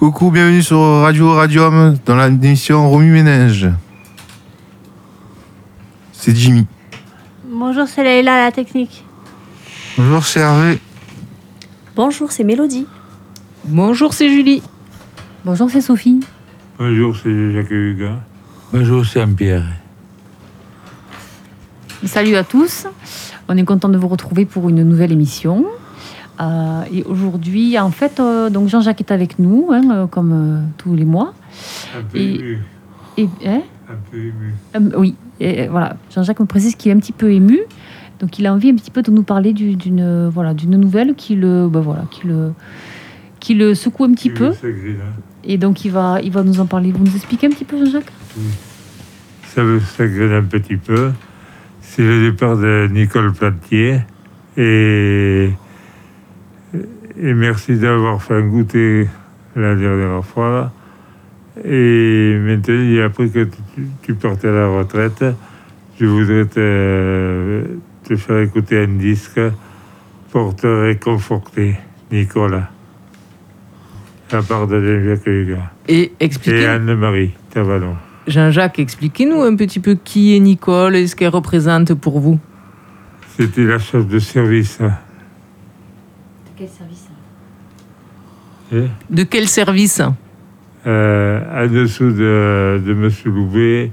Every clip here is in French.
Coucou, bienvenue sur Radio Radium dans l'émission Romu Ménage. C'est Jimmy. Bonjour, c'est Leïla à la technique. Bonjour, c'est Hervé. Bonjour, c'est Mélodie. Bonjour, c'est Julie. Bonjour, c'est Sophie. Bonjour, c'est Jacques Hugues. Bonjour, c'est Pierre. Salut à tous. On est content de vous retrouver pour une nouvelle émission. Euh, et aujourd'hui, en fait, euh, donc Jean-Jacques est avec nous, hein, euh, comme euh, tous les mois. Un peu Et- ému. Et, hein, Un peu ému. euh, oui, et, euh, voilà. Jean-Jacques me précise qu'il est un petit peu ému. Donc, il a envie un petit peu de nous parler du- d'une euh, voilà, d'une nouvelle qui le, bah, voilà, qui, le, qui le secoue un petit Oui, peu. c'est gris, hein. Et donc, il va, il va nous en parler. Vous nous expliquez un petit peu, Jean-Jacques Ça me chagrine un petit peu. C'est le départ de Nicole Plantier. Et, et merci d'avoir fait un goûter la dernière fois. Et maintenant, il a appris que tu, tu partais à la retraite. Je voudrais te, te faire écouter un disque pour te réconforter, Nicolas. La part de Jean-Jacques Hugues Et et expliquez, Anne-Marie Tavalon. Jean-Jacques, expliquez-nous un petit peu qui est Nicole et ce qu'elle représente pour vous. C'était la chef de service. Quel service hein. De quel service Euh, en dessous de, de M. Loubet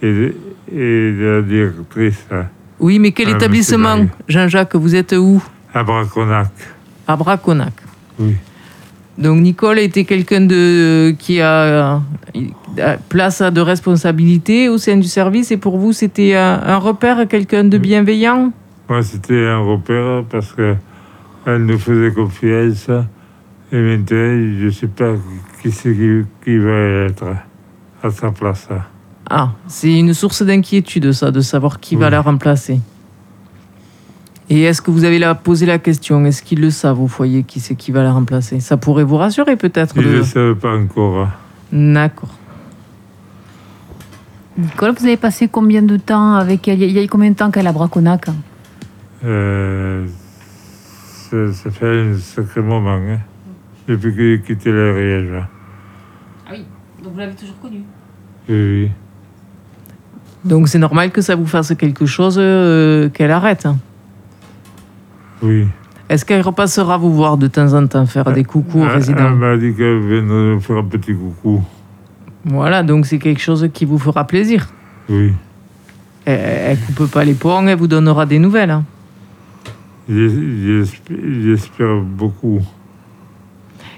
et de, et de la directrice hein, Oui, mais quel Ah, monsieur établissement Barry. Jean-Jacques, vous êtes où à Braconac. À Braconac. Oui. Donc Nicole était quelqu'un de qui a euh, place de responsabilité au sein du service et pour vous c'était un, un repère, quelqu'un Mm. de bienveillant Moi, c'était un repère parce qu'elle nous faisait confiance. Et maintenant, je ne sais pas qui c'est qui, qui va être à sa place. hein. Ah, c'est une source d'inquiétude, ça, de savoir qui va Oui. la remplacer. Et est-ce que vous avez la, posé la question Est-ce qu'ils le savent au foyer qui c'est qui va la remplacer Ça pourrait vous rassurer Oh peut-être. Ils ne de- le savent pas encore. hein. D'accord. Nicole, vous avez passé combien de temps avec elle Il y a- il y a eu combien de temps qu'elle a Braconac Euh, ça, ça fait un sacré moment. hein, depuis que j'ai quitté la Riège. hein. Donc, vous l'avez toujours connue. Oui, oui. Donc c'est normal que ça vous fasse quelque chose euh, qu'elle arrête. Oui. Est-ce qu'elle repassera vous voir de temps en temps faire des coucous aux Elle- Elle résidents m'a dit qu'elle viendrait nous faire un petit coucou. Voilà, donc c'est quelque chose qui vous fera plaisir. Oui. Elle- Elle ne coupe pas les ponts, elle vous donnera des nouvelles. hein. J'es- j'esp- J'espère beaucoup.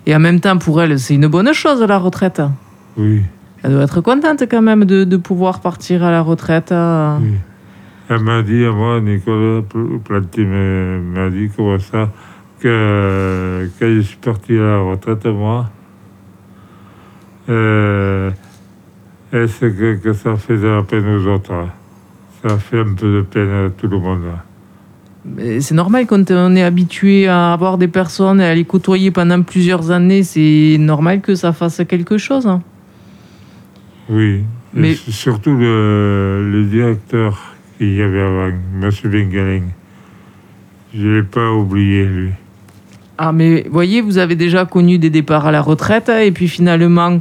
Et en même temps, pour elle, c'est une bonne chose la retraite. hein. Oui. Elle doit être contente quand même de, de pouvoir partir à la retraite. euh. oui. Elle m'a dit à moi, Nicolas Pl- Plantier m'a m'a dit comment ça, que quand je suis parti à la retraite, moi, euh, est-ce que, que ça fait de la peine aux autres hein. Ça fait un peu de peine à tout le monde. hein. Mais C'est normal quand on est habitué à avoir des personnes, à les côtoyer pendant plusieurs années, c'est normal que ça fasse quelque chose. hein. Oui, et Mais- s- surtout le, le directeur qu'il y avait avant, M. Bengaling. Je ne l'ai pas oublié, lui. Ah mais voyez, vous avez déjà connu des départs à la retraite hein, et puis finalement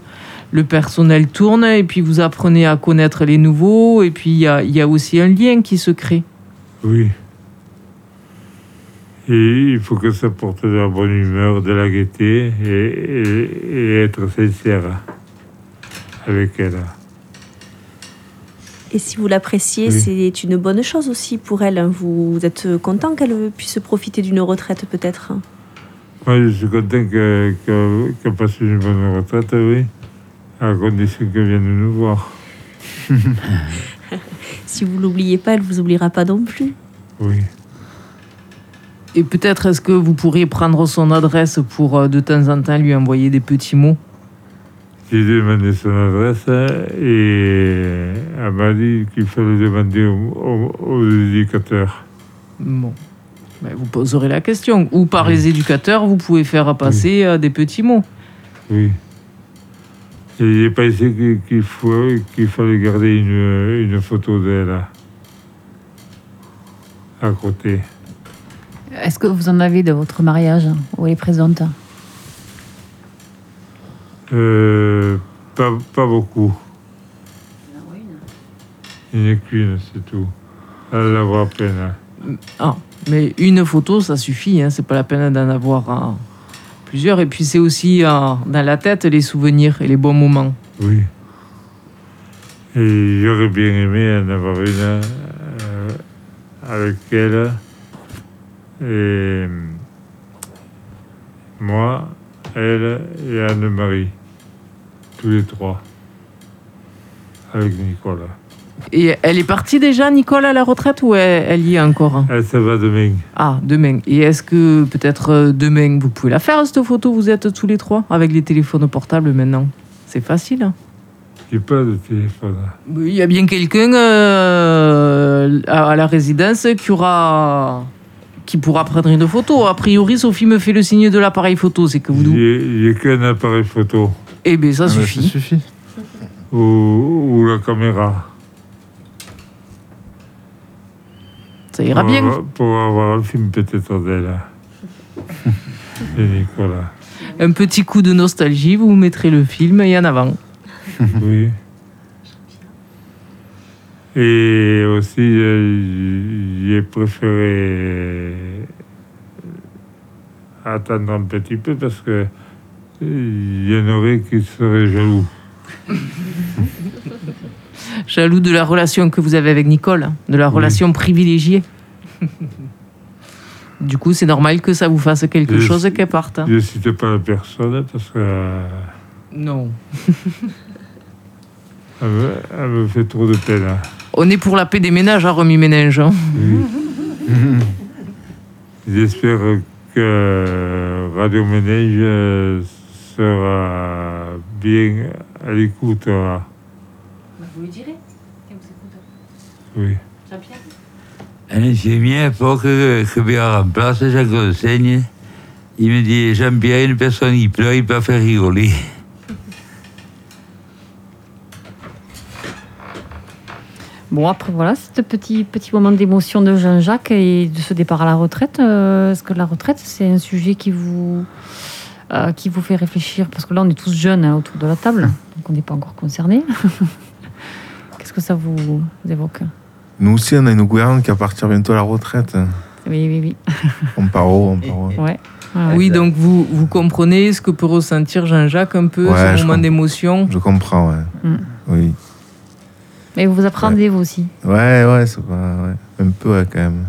le personnel tourne et puis vous apprenez à connaître les nouveaux et puis il y a, il y a aussi un lien qui se crée. Oui. Et il faut que ça porte de la bonne humeur, de la gaieté et, et- et être sincère avec elle. Et si vous l'appréciez, Oui. c'est une bonne chose aussi pour elle. hein. Vous êtes content qu'elle puisse profiter d'une retraite peut-être hein. Moi, je suis content que- que- qu'elle passe une bonne retraite, oui, à condition qu'elle vienne nous voir. Si vous l'oubliez pas, elle vous oubliera pas non plus. Oui. Et peut-être est-ce que vous pourriez prendre son adresse pour euh, de temps en temps lui envoyer des petits mots. J'ai demandé son adresse hein, et elle m'a dit qu'il fallait demander au, au- aux éducateurs. Bon. Ben, vous poserez la question. Ou par les éducateurs, vous pouvez faire passer euh, des petits mots. Oui. Et j'ai pensé que- qu'il faut- qu'il fallait garder une, une photo d'elle hein, à côté. Est-ce que vous en avez de votre mariage où elle est présente Euh, pas, pas beaucoup. Il n'y en a qu'une, c'est tout. Elle la voit à peine. hein. Ah, mais une photo, ça suffit. Hein. C'est pas la peine d'en avoir hein, plusieurs. Et puis, c'est aussi euh, dans la tête les souvenirs et les bons moments. Oui. Et j'aurais bien aimé en avoir une euh, avec elle. Et moi, elle et Anne-Marie. Tous les trois. Avec Nicolas. Et elle est partie déjà, Nicole, à la retraite ou elle, elle y est encore hein Elle, ça va demain. Ah, demain. Et est-ce que peut-être euh, demain, vous pouvez la faire, cette photo Vous êtes tous les trois avec les téléphones portables maintenant. C'est facile. hein. J'ai pas de téléphone. Oui, Il y a bien quelqu'un euh, à à la résidence qui aura qui pourra prendre une photo. A priori, Sophie me fait le signe de l'appareil photo. C'est que vous... J'ai j'ai qu'un appareil photo Eh bien, ça Ah, mais suffit. Ça suffit. ou, ou la caméra. Ça ira pour bien. avoir- pour avoir un film peut-être d'elle. et Nicolas. Un petit coup de nostalgie, vous mettrez le film et en avant. Oui. Et aussi, euh, j'ai préféré attendre un petit peu parce que il y en aurait qui seraient jaloux. Jaloux de la relation que vous avez avec Nicole, hein, de la Oui. relation privilégiée. du coup, c'est normal que ça vous fasse quelque Je- chose qu'elle parte. hein. Je ne cite pas la personne parce que euh, Non. elle me- elle me fait trop de peine. hein. On est pour la paix des ménages à Remi Ménage. hein. J'espère que Radio Ménage euh, sera bien à l'écoute. hein. Bah, Vous le direz Oui. Un infirmier, pour que, que Bérard remplace, chaque enseigne, il me dit Jean-Pierre, une personne qui pleure, il peut faire rigoler. Bon, après, voilà, ce petit, petit moment d'émotion de Jean-Jacques et de ce départ à la retraite. euh, Est-ce que la retraite, c'est un sujet qui vous, euh, qui vous fait réfléchir Parce que là, on est tous jeunes hein, autour de la table, donc on n'est pas encore concernés. Qu'est-ce que ça vous, vous évoque Nous aussi, on a une gouvernante qui va partir bientôt à la retraite. Oui, oui, oui. On part où On part où Ouais, Oui, donc vous, vous comprenez ce que peut ressentir Jean-Jacques un Ouais, peu, je ce moment comprends. d'émotion. Je comprends, ouais. Mm. Oui. Mais vous apprenez, vous aussi. Ouais, ouais, c'est pas. ouais. Un peu, ouais, quand même.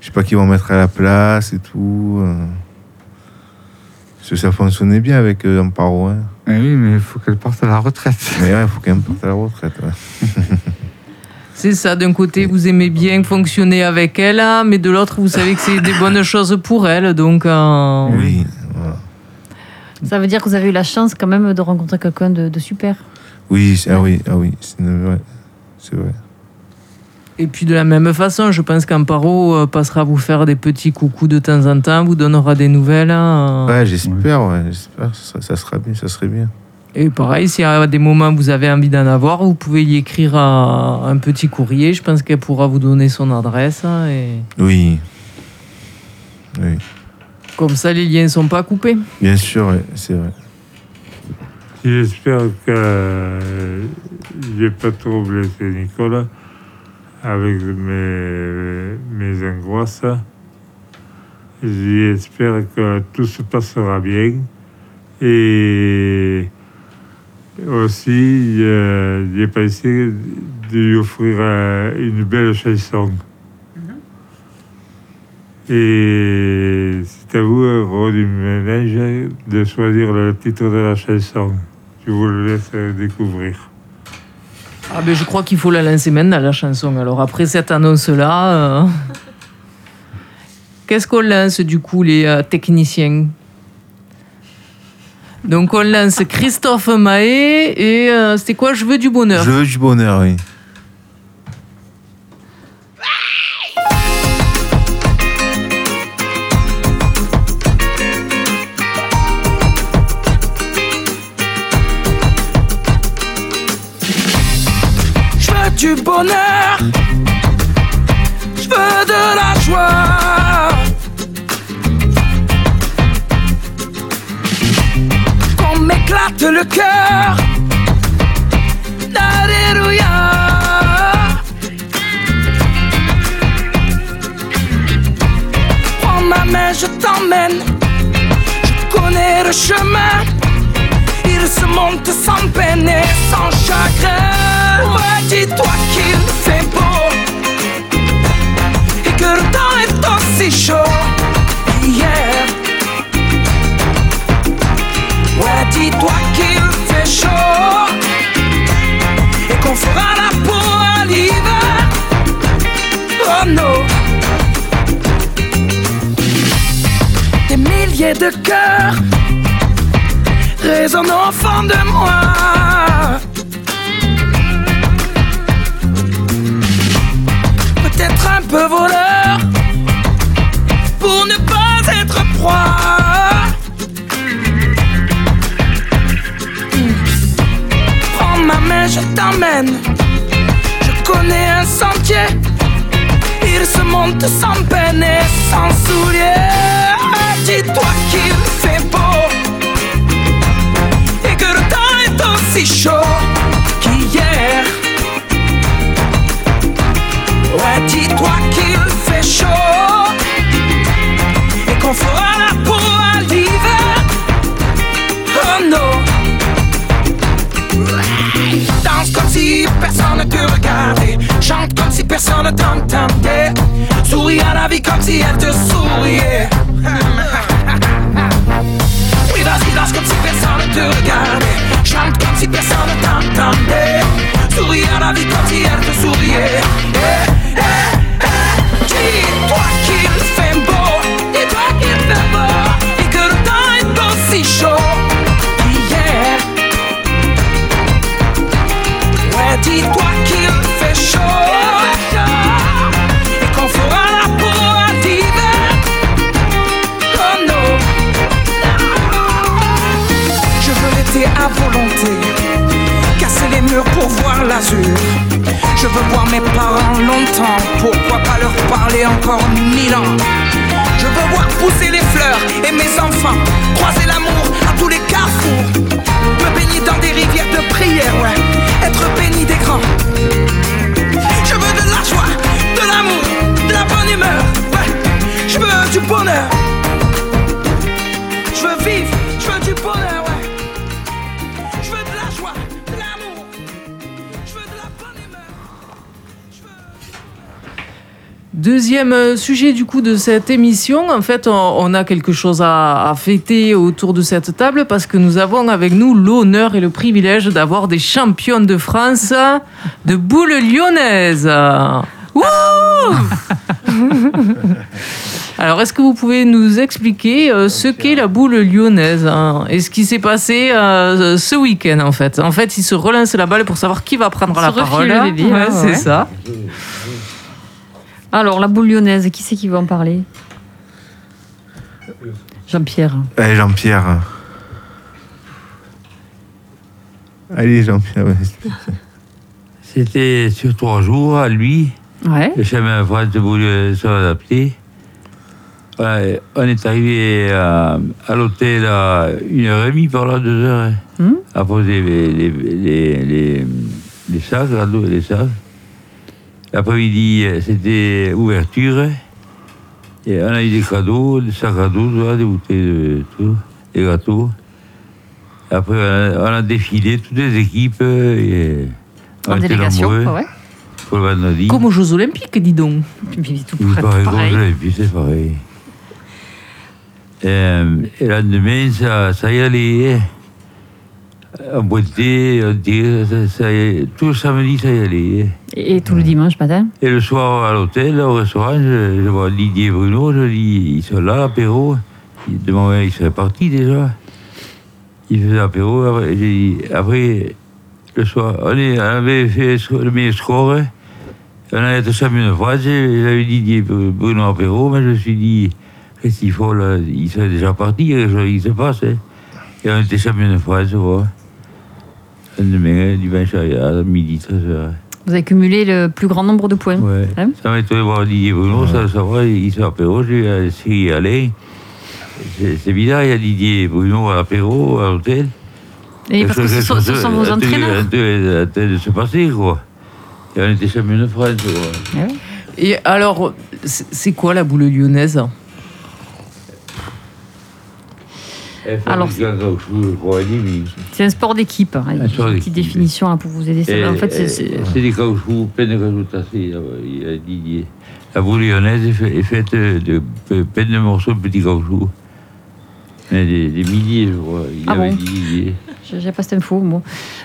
Je sais pas qui vont mettre à la place et tout. euh. Parce que ça fonctionnait bien avec euh, Amparo. hein. Eh oui, mais il faut qu'elle parte à la retraite. Mais ouais, il faut quand même partir à la retraite. ouais. C'est ça, d'un côté, vous aimez bien fonctionner avec elle, hein, mais de l'autre, vous savez que c'est des bonnes choses pour elle. Donc, euh, Oui. voilà. Ça veut dire que vous avez eu la chance quand même de rencontrer quelqu'un de, de super. Oui, c'est- ah oui, ah oui. C'est une- ouais, c'est vrai. Et puis de la même façon, je pense qu'Amparo euh, passera à vous faire des petits coucous de temps en temps, vous donnera des nouvelles. hein, euh. Ouais, j'espère, ouais, j'espère. Ça, ça sera bien, ça serait bien. Et pareil, si à des moments vous avez envie d'en avoir, vous pouvez y écrire un, un petit courrier. Je pense qu'elle pourra vous donner son adresse. hein, et Oui. Oui. comme ça, les liens ne sont pas coupés. Bien sûr, ouais, c'est vrai. J'espère que euh, j'ai pas trop blessé Nicolas avec mes, mes angoisses. J'espère que tout se passera bien. Et aussi, euh, j'ai pensé de lui offrir euh, une belle chanson. Et c'est à vous, Rodi Ménage, de choisir le titre de la chanson. Je vous le laisse euh, découvrir. Ah ben, je crois qu'il faut la lancer maintenant, la chanson. Alors après cette annonce-là, euh, qu'est-ce qu'on lance du coup, les euh, techniciens Donc on lance Christophe Mahé et euh, c'était quoi Je veux du bonheur. Je veux du bonheur, oui. Je veux du bonheur. Je veux de la joie. Qu'on m'éclate gratte le cœur. Alléluia. Prends ma main, je t'emmène. Je connais le chemin. Il se monte sans peine et sans chagrin. Ouais, dis-toi qu'il fait beau. Et que le temps est aussi chaud. Hier. Ouais, dis-toi qu'il fait chaud et qu'on fera la peau à l'hiver. Oh non! Des milliers de cœurs résonnent au fond de moi. Peut-être un peu voleur pour ne pas être proie. Prends ma main, je t'emmène. Je connais un sentier. Il se monte sans peine et sans souliers. Dis-toi qu'il fait beau. Et que le temps est aussi chaud qu'hier. Ouais, dis-toi qu'il fait chaud. Et qu'on fera la peau à l'hiver. Oh non. Danse comme si personne ne te regardait. Chante comme si personne ne t'entendait. Souris à la vie comme si elle te souriait. Oui, vas-y, danse comme si personne ne te regardait. Chante comme si personne ne t'entendait. Souris à la vie comme si elle te souriait. Eh, eh, eh. Dis-toi qu'il fait beau. Dis-toi qu'il fait beau. Et que le temps est aussi chaud qu'hier. Ouais, dis-toi qu'il fait chaud. Et qu'on fera la peau à l'hiver. Oh non. Je veux l'été à volonté. Casser les murs pour voir l'azur. Je veux voir mes parents longtemps. Pourquoi pas leur parler encore mille ans? Je veux voir pousser les fleurs et mes enfants croiser l'amour à tous les carrefours. Me baigner dans des rivières de prière, ouais. Être béni des grands. Je veux de la joie, de l'amour, de la bonne humeur, ouais. Je veux du bonheur. Je veux vivre, je veux du bonheur, ouais. Je veux de la joie, de l'amour. Je veux de la bonne humeur. Je veux- Deuxième euh, sujet du coup de cette émission, en fait, on, on a quelque chose à, à fêter autour de cette table parce que nous avons avec nous l'honneur et le privilège d'avoir des championnes de France de boules lyonnaises. Wouh Alors, est-ce que vous pouvez nous expliquer euh, ce qu'est la boule lyonnaise hein, et ce qui s'est passé euh, ce week-end en fait En fait, ils se relancent la balle pour savoir qui va prendre Ils la se refilent parole. les billes, Ouais, hein, c'est ouais. ça. Alors, la boule lyonnaise, qui c'est qui va en parler Jean-Pierre. Allez, Jean-Pierre. Allez, Jean-Pierre. vas-y. C'était sur trois jours à lui. Ouais. Le chemin de France voulait s'adapter. Ouais, on est arrivé à, à l'hôtel à une heure et demie, par là, deux heures, hein, Hmm. à poser les, les, les, les, les sacs, la dou- les sacs. L'après-midi, euh, c'était ouverture. Et on a eu des cadeaux, des sacs à dos, voilà, des bouteilles de tout, des gâteaux. Après, on a, on a défilé toutes les équipes. euh, Et on En Ah, était délégation. nombreux ouais. Pour le vendredi. Comme aux Jeux Olympiques, dis donc. Mais tout Il près, tout paraît pareil. congelé, puis c'est pareil. Euh, et le lendemain, ça, ça y allait. hein. On boitait, on tirait, ça, ça y allait. Tout le samedi, ça y allait. hein. Et, et tout le dimanche matin. Et le soir, à l'hôtel, au restaurant, je, je vois Didier et Bruno, je dis, ils sont là, l'apéro. Ils demandaient, ils seraient partis déjà. Ils faisaient l'apéro, après, j'ai dit, après, le soir, on, est- on avait fait le meilleur score. hein. On allait être champion de France, et j'avais dit Didier et Bruno apéro, mais je me suis dit, qu'est-ce qu'il faut là Ils seraient déjà partis, qu'est-ce qui se passe hein. Et on était champion de France, voilà. Le lendemain, dimanche à midi, 13h. Vous avez cumulé le plus grand nombre de points. Ouais. Hein Ça m'a étonné de voir Didier Bruno, ça, ça va, il s'est apéro, je lui ai dit, allez. C'est c'est bizarre, il y a Didier Bruno à l'apéro, à l'hôtel. Et parce que ce sont, ce sont vos entraîneurs. En train de se passer, quoi. Et on était champion de France, quoi. Et alors, c'est c'est quoi la boule lyonnaise Elle fait Alors, du ganga au cheveu, je crois, elle dit, mais- C'est un sport d'équipe. hein. Il y a Un une sport petite d'équipe. définition là, pour vous aider. C'est- Et- euh, en fait, c'est- et- c'est- C'est des caoutchoucs, plein de caoutchoucs tassés. là, Il a dit, la boule lyonnaise est fait- est faite de, de- plein de morceaux de petits caoutchoucs. Il y en a Des, des milliers, je crois. Il Ah avait bon dit, j'ai j'ai pas cette info. moi.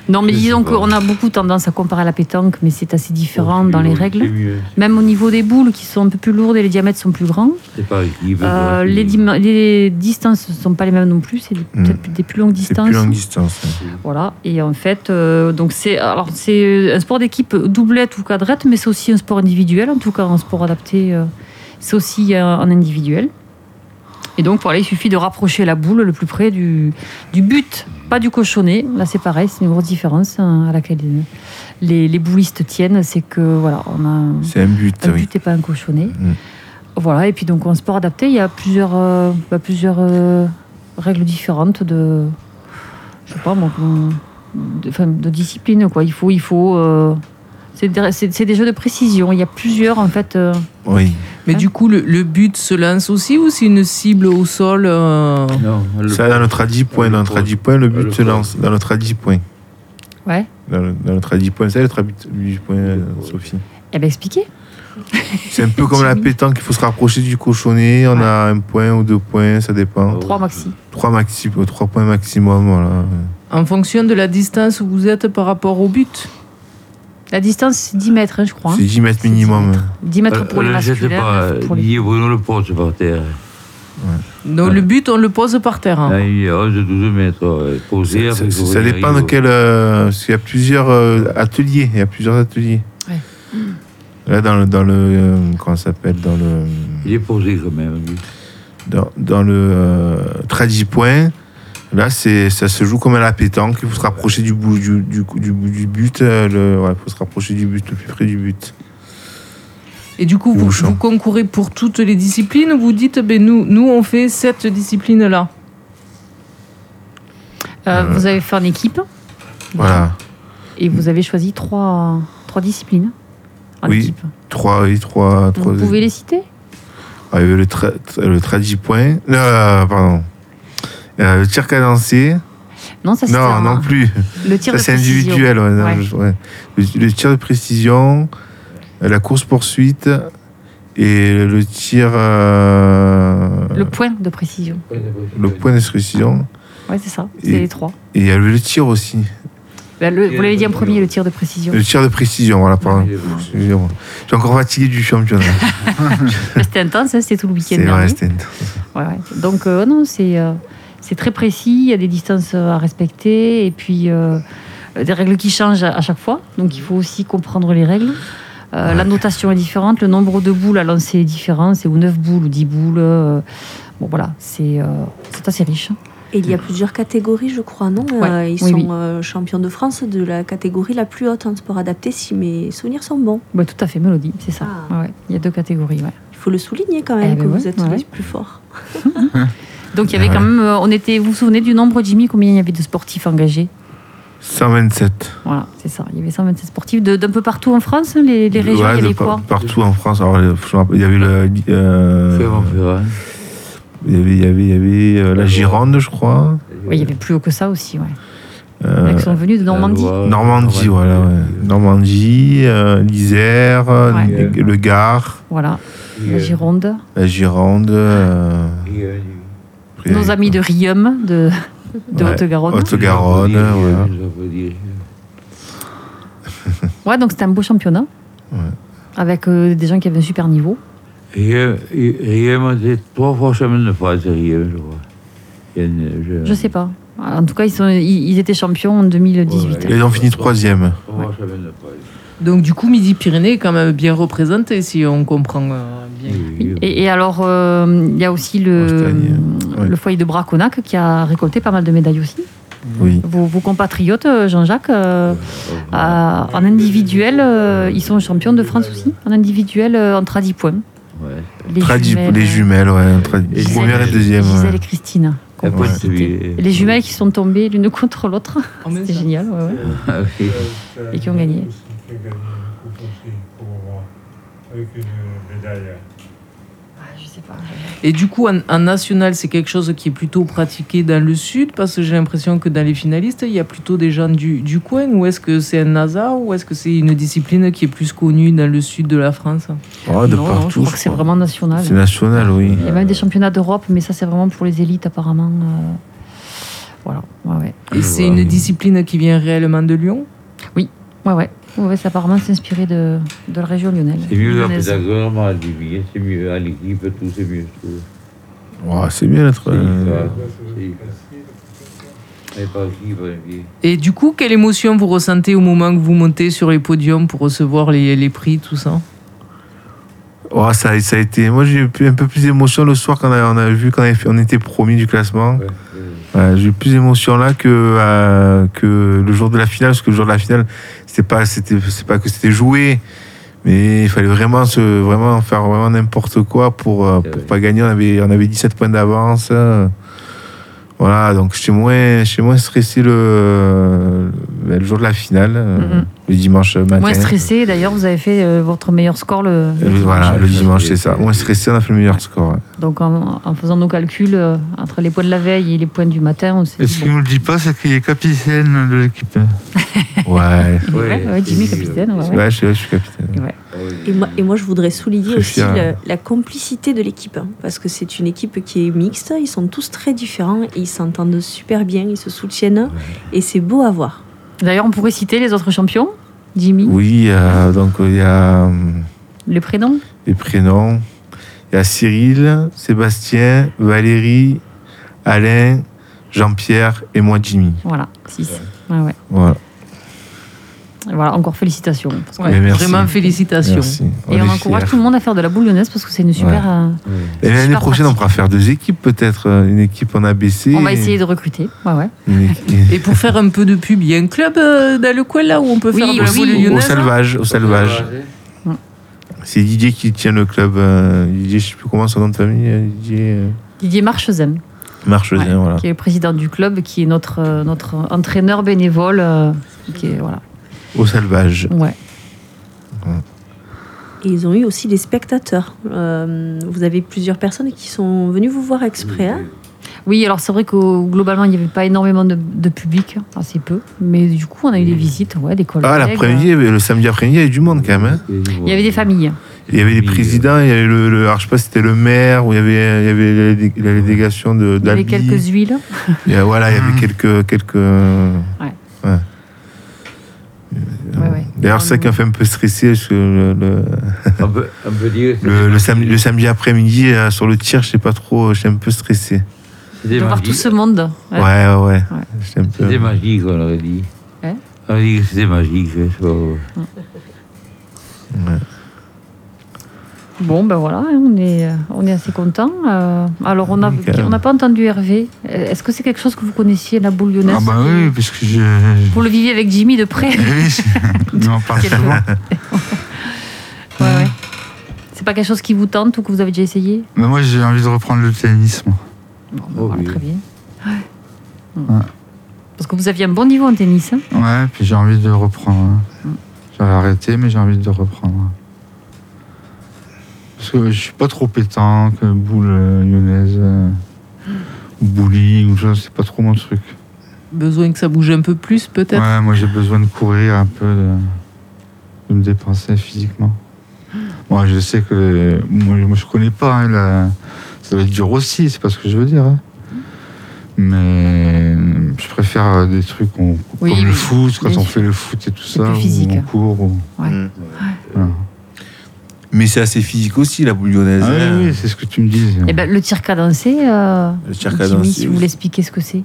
Non, mais Je sais disons pas. qu'on a beaucoup tendance à comparer à la pétanque, mais c'est assez différent Oh, dans les c'est règles. mieux. Même au niveau des boules qui sont un peu plus lourdes et les diamètres sont plus grands. C'est pas équilibré, Euh, quoi. les, dim- les distances ne sont pas les mêmes non plus, c'est des- Mm. peut-être des plus longues C'est distances. plus longue distance. hein. Voilà, et en fait, euh, donc c'est alors c'est un sport d'équipe doublette ou quadrette, mais c'est aussi un sport individuel, en tout cas un sport adapté, euh, c'est aussi euh, en individuel. Et donc voilà, il suffit de rapprocher la boule le plus près du, du but, pas du cochonnet. Là c'est pareil, c'est une grosse différence hein, à laquelle euh, les, les boulistes tiennent, c'est que voilà, on a un- C'est un but, un Ah oui. but et pas un cochonnet. Mm. Voilà, et puis donc en sport adapté, il y a plusieurs, euh, bah, plusieurs euh, règles différentes de. Je sais pas moi, comment- de, enfin, de discipline, quoi. Il faut. Il faut euh, c'est des, c'est- c'est des jeux de précision. Il y a plusieurs, en fait. euh, Oui. Mais du coup, le, le but se lance aussi ou c'est une cible au sol euh, Non, le- Ça, dans notre à 10 points, le dans notre à pro- 10 points, le but le se pro- lance. Dans notre à 10 points. Ouais. Dans, le- dans notre à 10 points, c'est notre à 10 points, euh, Sophie. Eh bien, expliquez. C'est un peu comme la pétanque, il faut se rapprocher du cochonnet. On a un point ou deux points, ça dépend. Trois maxi. Trois, maxi, euh, trois points maximum, voilà. en fonction de la distance où vous êtes par rapport au but La distance, c'est 10 mètres, hein, je crois. hein. C'est 10 mètres C'est minimum. 10 mètres pour les Euh, je sais masculins. pas, neuf pour les- Didier Bruno le pose par terre. Donc Ouais. le but, on le pose par terre. Ah. hein. Là, Ah, il est 11 12 mètres euh, ouais, posé. Ça, après, ça- il faut ça venir, dépend il de faut- quel. euh, parce qu'il y a plusieurs euh, ateliers. Il y a plusieurs ateliers. Ouais. Là, dans le. Dans le euh, comment ça s'appelle Dans le. Il est posé quand même. lui. Dans, dans le. Euh, tradit point. Là, c'est, ça se joue comme à la pétanque. Il faut se rapprocher du bout du, du, du, bout du but. euh, le, ouais, il faut se rapprocher du but, le plus près du but. Et du coup, vous, Bouchon. vous concourez pour toutes les disciplines ou vous dites, ben, nous, nous, on fait cette discipline-là Euh, vous avez fait en équipe Voilà. et vous avez choisi trois, trois disciplines en Oui. équipe. Trois, oui, trois, Vous trois. pouvez les citer Ah, il y avait le, tra- le tradit point. Euh, pardon. Euh, le tir cadencé. Non, ça c'est Non, un- non plus. Le tir Ça, de c'est précision. individuel. ouais, non, Ouais. je- ouais. Le, le tir de précision, euh, la course-poursuite et le tir. euh, Le point de précision. le point d'instruction. Ouais, c'est ça. C'est Et- les trois. Et il y a le tir aussi. Bah, le- Et vous l'avez le dit en tir. premier, le tir de précision. Le tir de précision, voilà, pardon. Il est bon. Excusez-moi. Je suis encore fatigué du championnat. Bah, C'était intense, hein, c'était tout le week-end. C'est vrai, dernier. c'était intense. Ouais, ouais. Donc, euh, non, c'est euh, c'est très précis, il y a des distances euh, à respecter et puis euh, des règles qui changent à à chaque fois. Donc, il faut aussi comprendre les règles. Euh, La notation est différente, le nombre de boules à lancer est différent, c'est ou 9 boules ou 10 boules. euh, bon, voilà, c'est euh, c'est assez riche. hein. Et il y a plusieurs catégories, je crois, non Ouais. Euh, Ils Oui, sont oui. euh, champions de France de la catégorie la plus haute en sport adapté, si mes souvenirs sont bons. Ouais, tout à fait, Mélodie, c'est ça. Ah. Ouais, ouais. Il y a deux catégories. ouais. Il faut le souligner quand Eh même ben que ouais, vous êtes ouais. les plus forts. Donc, il y avait Ah Ouais. quand même. euh, on était, vous vous souvenez du nombre, Jimmy Combien il y avait de sportifs engagés 127. Voilà, c'est ça. Il y avait 127 sportifs de- d'un peu partout en France, hein, les, les régions, Ouais, il y de avait par- quoi Partout en France. Alors, je me rappelle, il y avait le. euh, Ferrand-Ferrand. il y avait, il y avait, il y avait, euh, la Gironde, je crois. Oui, Euh, il y avait plus haut que ça aussi, ouais. Euh, Il y en a qui sont venus de La Normandie. Loire, Normandie, voilà. ouais. Normandie, euh, l'Isère, euh, Ouais. le- le Gard, Voilà, Et, la euh, Gironde. la Gironde. euh, et, euh, après, Nos amis de Rium, de, de Ouais. Haute-Garonne. Haute-Garonne, Normandie, voilà. je dois vous dire. Ouais, donc c'était un beau championnat. Ouais. Avec euh, des gens qui avaient un super niveau. Rien, rien, c'est trois fois semaine de France, rien, je crois. Il y a une- Je sais pas. En tout cas, ils, sont, ils, ils étaient champions en 2018. Ouais, ouais. Ils ont fini troisième. Trois fois semaine de France. Donc du coup, Midi-Pyrénées est quand même bien représenté, si on comprend euh, bien. Oui, oui. Et, et alors, euh, il y a aussi le, Bretagne, ouais. le foyer de Braconac qui a récolté pas mal de médailles aussi. Oui. Vos, vos compatriotes, euh, Jean-Jacques, euh, à- en individuel, euh, ils sont champions de France aussi. En individuel, euh, en tradi points. Ouais. Les Tradi- jumelles, les euh, jumelles, ouais. tradi- Gisèle- Première et deuxième. Gisèle ouais. et Christine. Elle a pas de complicité. vie. Et Les jumelles qui sont tombées l'une contre l'autre, c'était génial. ouais, ouais. Ah oui. Et qui ont gagné. Qui a gagné une coupe aussi, pour moi, avec une médaille. Et du coup, en, en national, c'est quelque chose qui est plutôt pratiqué dans le sud parce que j'ai l'impression que dans les finalistes, il y a plutôt des gens du, du coin. Ou est-ce que c'est un hasard ou est-ce que c'est une discipline qui est plus connue dans le sud de la France Oh, de Non, non, je partout. crois que c'est vraiment national. C'est national, oui. Il y a même des championnats d'Europe, mais ça, c'est vraiment pour les élites, apparemment. euh, Voilà, ouais, ouais. Et c'est une discipline qui vient réellement de Lyon Ouais, ouais. Ouais, ouais, c'est apparemment s'inspirer de, de la région lyonnaise. C'est mieux la Lyonnaise. pédagogie, moi, je dis bien, c'est mieux à l'équipe, tout, c'est mieux, je trouve. Oh, c'est bien notre. C'est euh, hyper- c'est hyper- Elle est pas aussi, par exemple. Et du coup, quelle émotion vous ressentez au moment que vous montez sur les podiums pour recevoir les, les prix, tout ça Oh, ça, ça a été. Moi, j'ai eu plus- un peu plus d'émotion le soir quand on a, on a vu qu'on avait fait- on était promis du classement. Ouais, ouais. Ouais, j'ai eu plus d'émotion là que, euh, que le jour de la finale, parce que le jour de la finale, c'était pas, c'était, c'est pas que c'était joué, mais il fallait vraiment, se, vraiment faire vraiment n'importe quoi pour, euh, C'est pour vrai. pas gagner. On avait, on avait 17 points d'avance. euh. Voilà, donc j'étais moins, j'étais moins stressé le, le, le jour de la finale, euh, Mhm. le dimanche matin. Moins stressé, d'ailleurs, vous avez fait euh, votre meilleur score le. Euh, Voilà, le dimanche, c'est ça. Ouais. Moins stressé, on a fait le meilleur score. ouais. Donc, en, en faisant nos calculs euh, entre les points de la veille et les points du matin, on s'est Et ce dit. qu'il ne nous le dit pas, c'est qu'il est capitaine de l'équipe. Ouais, bon, il est Ouais, vrai, ouais, Jimmy, c'est- capitaine. ouais, ouais. ouais, je, ouais, je suis capitaine. Et moi, et moi, je voudrais souligner Très aussi fier. la, la complicité de l'équipe, hein, parce que c'est une équipe qui est mixte, ils sont tous très différents et ils s'entendent super bien, ils se soutiennent et c'est beau à voir. D'ailleurs, on pourrait citer les autres champions Jimmy, Oui, euh, donc il y a. hum, le prénom les prénoms. Il y a Cyril, Sébastien, Valérie, Alain, Jean-Pierre et moi Jimmy. Voilà, 6. Ouais, ouais. Voilà. Et Voilà, encore félicitations. parce que- Ouais, Mais merci. Vraiment félicitations. Merci. Et est on encourage fiers. tout le monde à faire de la boule lyonnaise parce que c'est une super. Ouais. euh, Ouais. Et l'année Super prochaine, on pratique. pourra faire deux équipes peut-être. euh, Une équipe en ABC. On va essayer de recruter. Ouais, ouais. une équipe- Et pour faire un peu de pub, il y a un club euh, dans le coin là où on peut Oui, faire de au, la boule au hein lyonnaise Salvage. Au Salvage. C'est Didier qui tient le club. euh, Didier, je ne sais plus comment son nom de famille. euh, Didier euh, Didier Marchezem. Marchezin, Ouais, voilà. qui est le président du club, qui est notre, euh, notre entraîneur bénévole. euh, qui est, voilà. Au Salvage. ouais. Et ils ont eu aussi des spectateurs. Euh, vous avez plusieurs personnes qui sont venues vous voir exprès. hein. Oui, alors c'est vrai que globalement, il n'y avait pas énormément de, de public, assez peu. Mais du coup, on a eu des visites, ouais, des collègues. euh, Ah, hein. l'après-midi, le samedi après-midi, il y avait du monde quand même. hein. Il y avait des familles. Il y avait des Oui, présidents, il y avait le, le- alors je sais pas si c'était le maire, ou il y avait, il y avait la, dé- la délégation de Il y avait d'Albi. quelques huiles. Euh, Il y a- Voilà, il y avait quelques. quelques... Ouais. Ouais, ouais. D'ailleurs, c'est ça qui m'a fait un peu stressé, parce que le, le, On peut, on peut dire que le- le samedi, le samedi après-midi, euh, sur le tir, je sais pas trop, euh, j'étais un peu stressé. c'était De voir mardi- tout ce monde. Ouais, Ouais. ouais, ouais. Ouais. J'étais un peu- Hum. C'était magique, on aurait dit. Hein on aurait dit que c'était magique. hein, c'est pas- Bon, ben voilà, hein, on est, euh, on est assez contents. Euh, alors, on n'a Nickel. on n'a pas entendu Hervé. Euh, Est-ce que c'est quelque chose que vous connaissiez, la boule lyonnaise Ah bah oui, parce que je... Vous le viviez avec Jimmy de près. Eh oui, c'est- il m'en parle Quel souvent. Ouais, ouais. C'est pas quelque chose qui vous tente ou que vous avez déjà essayé Mais moi, j'ai envie de reprendre le tennis, moi. Bon, ben Oh voilà, oui. très bien. Ouais. Mm. Parce que vous aviez un bon niveau en tennis. hein. Ouais, puis j'ai envie de reprendre. hein. J'avais arrêté, mais j'ai envie de reprendre. Parce que je suis pas trop pétanque, boule euh, lyonnaise, euh, ou bowling, ou ça, c'est pas trop mon truc. Besoin que ça bouge un peu plus peut-être. Ouais, moi j'ai besoin de courir un peu, de, de me dépenser physiquement. Moi je sais que. Moi, moi, je connais pas, hein, la- ça va être dur aussi, c'est pas ce que je veux dire. hein. Mais je préfère euh, des trucs qu'on- Oui, comme le oui, foot, quand bien on sûr. fait le foot et tout C'est ça, plus physique. où on court. où- voilà. Mais c'est assez physique aussi, la boule lyonnaise. Ah hein. oui, oui, c'est ce que tu me dis. Eh ben, le tir cadencé, euh, Le tir Jimmy, cadencé, si vous oui. voulez expliquer ce que c'est.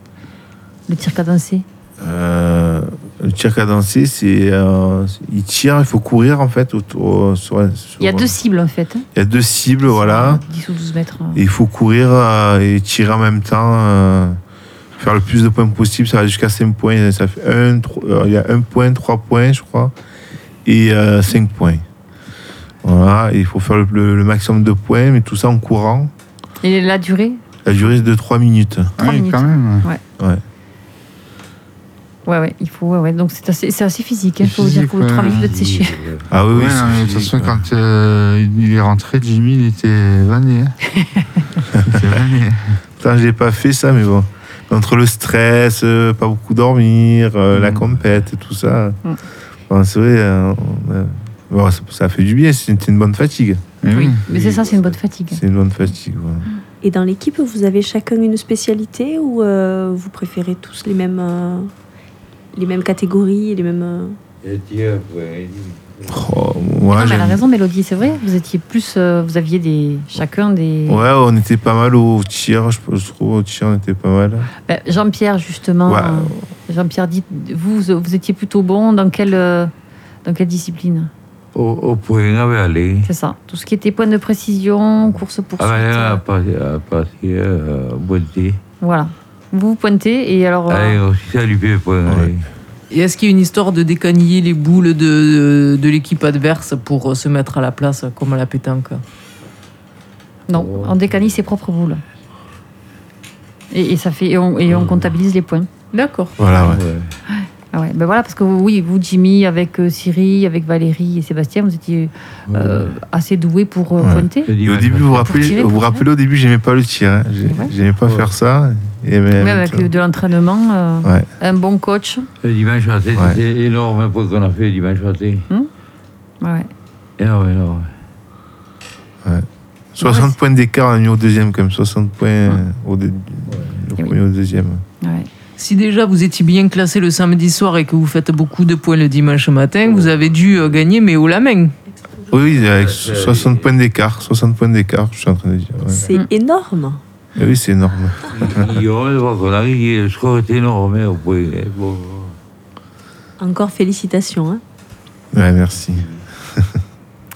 Le tir cadencé. Euh, le tir cadencé, c'est. euh, il tire, il faut courir en fait. Autour, euh, sur, sur- Il y a deux cibles en fait. hein. il y a deux cibles, voilà. 10 ou 12 mètres. euh. Et il faut courir euh, et tirer en même temps. euh, faire le plus de points possible. Ça va jusqu'à 5 points. Ça fait un, tro- euh, il y a 1 point, 3 points, je crois. Et 5 points. Voilà. Et il faut faire le, le- le maximum de points, mais tout ça en courant. Et la durée La durée de 3 minutes. Trois oui, minutes. quand même. hein. Ouais. Ouais, ouais, il faut. Ouais, ouais. Donc c'est assez, c'est assez physique. Il C'est faut vous dire physique, faut 3 ouais. minutes de sécher. Ah oui, Ouais, oui. non, mais de c'est- toute façon, quand euh, il est rentré, Jimmy, il était vanné. hein. il était vanné. Putain, j'ai pas fait ça, mais bon. Entre le stress, euh, pas beaucoup dormir, euh, la Mm. compète et tout ça. Mm. Bon, c'est vrai, euh, on a- bon, ça, ça fait du bien, c'est une, c'est une bonne fatigue. Eh oui. Mais c'est ça, c'est une bonne fatigue. C'est une bonne fatigue. voilà. Et dans l'équipe, vous avez chacun une spécialité ou euh, vous préférez tous les mêmes, euh, les mêmes catégories et les mêmes. euh, Oh, moi, non, mais elle a j'aime- raison, Mélodie, c'est vrai. Vous étiez plus. euh, vous aviez des, chacun des. ouais, on était pas mal au tir, je, je trouve, au tir, on était pas mal. Ben, Jean-Pierre, justement. Ouais. euh, Jean-Pierre, dites, vous, vous étiez plutôt bon dans quelle, euh, dans quelle discipline Au, au point avec Alain. C'est ça. Tout ce qui était point de précision, course-poursuite. Ah, ben, euh, à partir, à partir, euh, Boité. Voilà. Vous vous pointez et alors. euh, Alain aussi, ça lui fait point. Alain. Et est-ce qu'il y a une histoire de décaniller les boules de, de l'équipe adverse pour euh, se mettre à la place, comme à la pétanque non, Oh. on décanille ses propres boules. Et, et ça fait, et, on, Ah. et on comptabilise les points. D'accord. Voilà, ouais. Ouais. Ah ouais, ben voilà, parce que vous- oui, vous, Jimmy, avec euh, Siri, avec Valérie et Sébastien, vous étiez euh, assez doués pour euh, Ouais. pointer. Et Le au dimanche, début, vous vous tirer, rappelez, vous vous pour rappelez au début, j'aimais pas le tir. hein. J'ai- Ouais. J'aimais pas Ouais. faire ça. Et mais- Même avec le- de l'entraînement, euh, Ouais. un bon coach. Le dimanche matin, Ouais. c'était énorme un point qu'on a fait le dimanche matin. Ouais, ouais. Ah, Énorme, énorme. 60 Ouais, points d'écart, on a mis au deuxième, quand même. 60 points euh, au, dé- au Eh oui. premier au deuxième. ouais. Si déjà vous étiez bien classé le samedi soir et que vous faites beaucoup de points le dimanche matin, vous avez dû euh, gagner, mais haut la main. Oui, oui, avec 60 points d'écart, 60 points d'écart, je suis en train de dire. ouais. C'est Mm. énorme. Et Oui, c'est énorme. Guillaume, le voir qu'on arrive, le score est énorme hein, au point. hein. Bon. Encore félicitations. hein. Ouais, merci.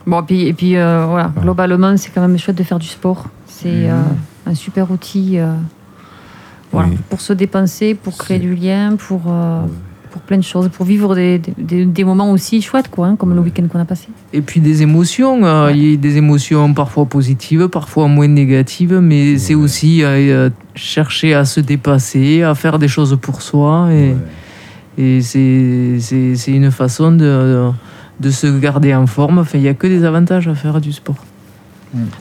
Bon, et puis, et puis euh, voilà, Ah. globalement, c'est quand même chouette de faire du sport. C'est Mmh. euh, un super outil euh, voilà, Oui. pour se dépenser, pour créer C'est- du lien, pour, euh, pour plein de choses, pour vivre des, des- des moments aussi chouettes, quoi, hein, comme le week-end qu'on a passé. Et puis des émotions, euh, il y a des émotions parfois positives, parfois moins négatives, mais c'est aussi euh, euh, chercher à se dépasser, à faire des choses pour soi. Et, et c'est- c'est c'est une façon de, de se garder en forme. Enfin, il n'y a que des avantages à faire du sport.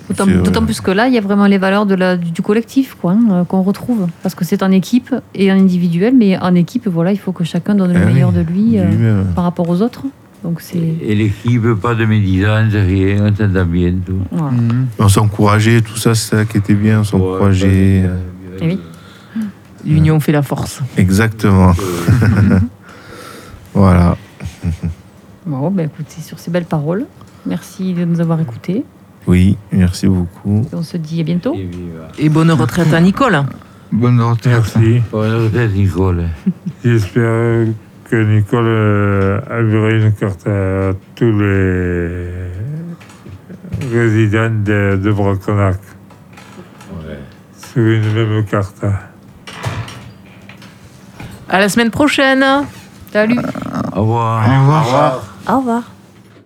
D'autant C'est vrai. d'autant plus que là, il y a vraiment les valeurs de la, du, du collectif quoi, hein, euh, qu'on retrouve. Parce que c'est en équipe et en individuel, mais en équipe, voilà, il faut que chacun donne le Eh oui, meilleur de lui Du euh, même. par rapport aux autres. Donc c'est. Et l'équipe, pas de médisance, rien, on s'entend bien, tout. voilà. Mhm. On s'encourageait, tout ça, c'est ça qui était bien, on s'encourageait. Eh oui. L'union fait la force. Exactement. euh, voilà. Bon, ben écoutez, sur ces belles paroles, merci de nous avoir écoutés. Oui, merci beaucoup. Et On se dit à bientôt. Et viva. Et bonne retraite à Nicole. Bonne retraite. Merci. Bonne retraite, Nicole. J'espère que Nicole euh, enverra une carte à tous les résidents de, de Broconac. Sur une même carte. À la semaine prochaine. Salut Au revoir. Au revoir. Au revoir.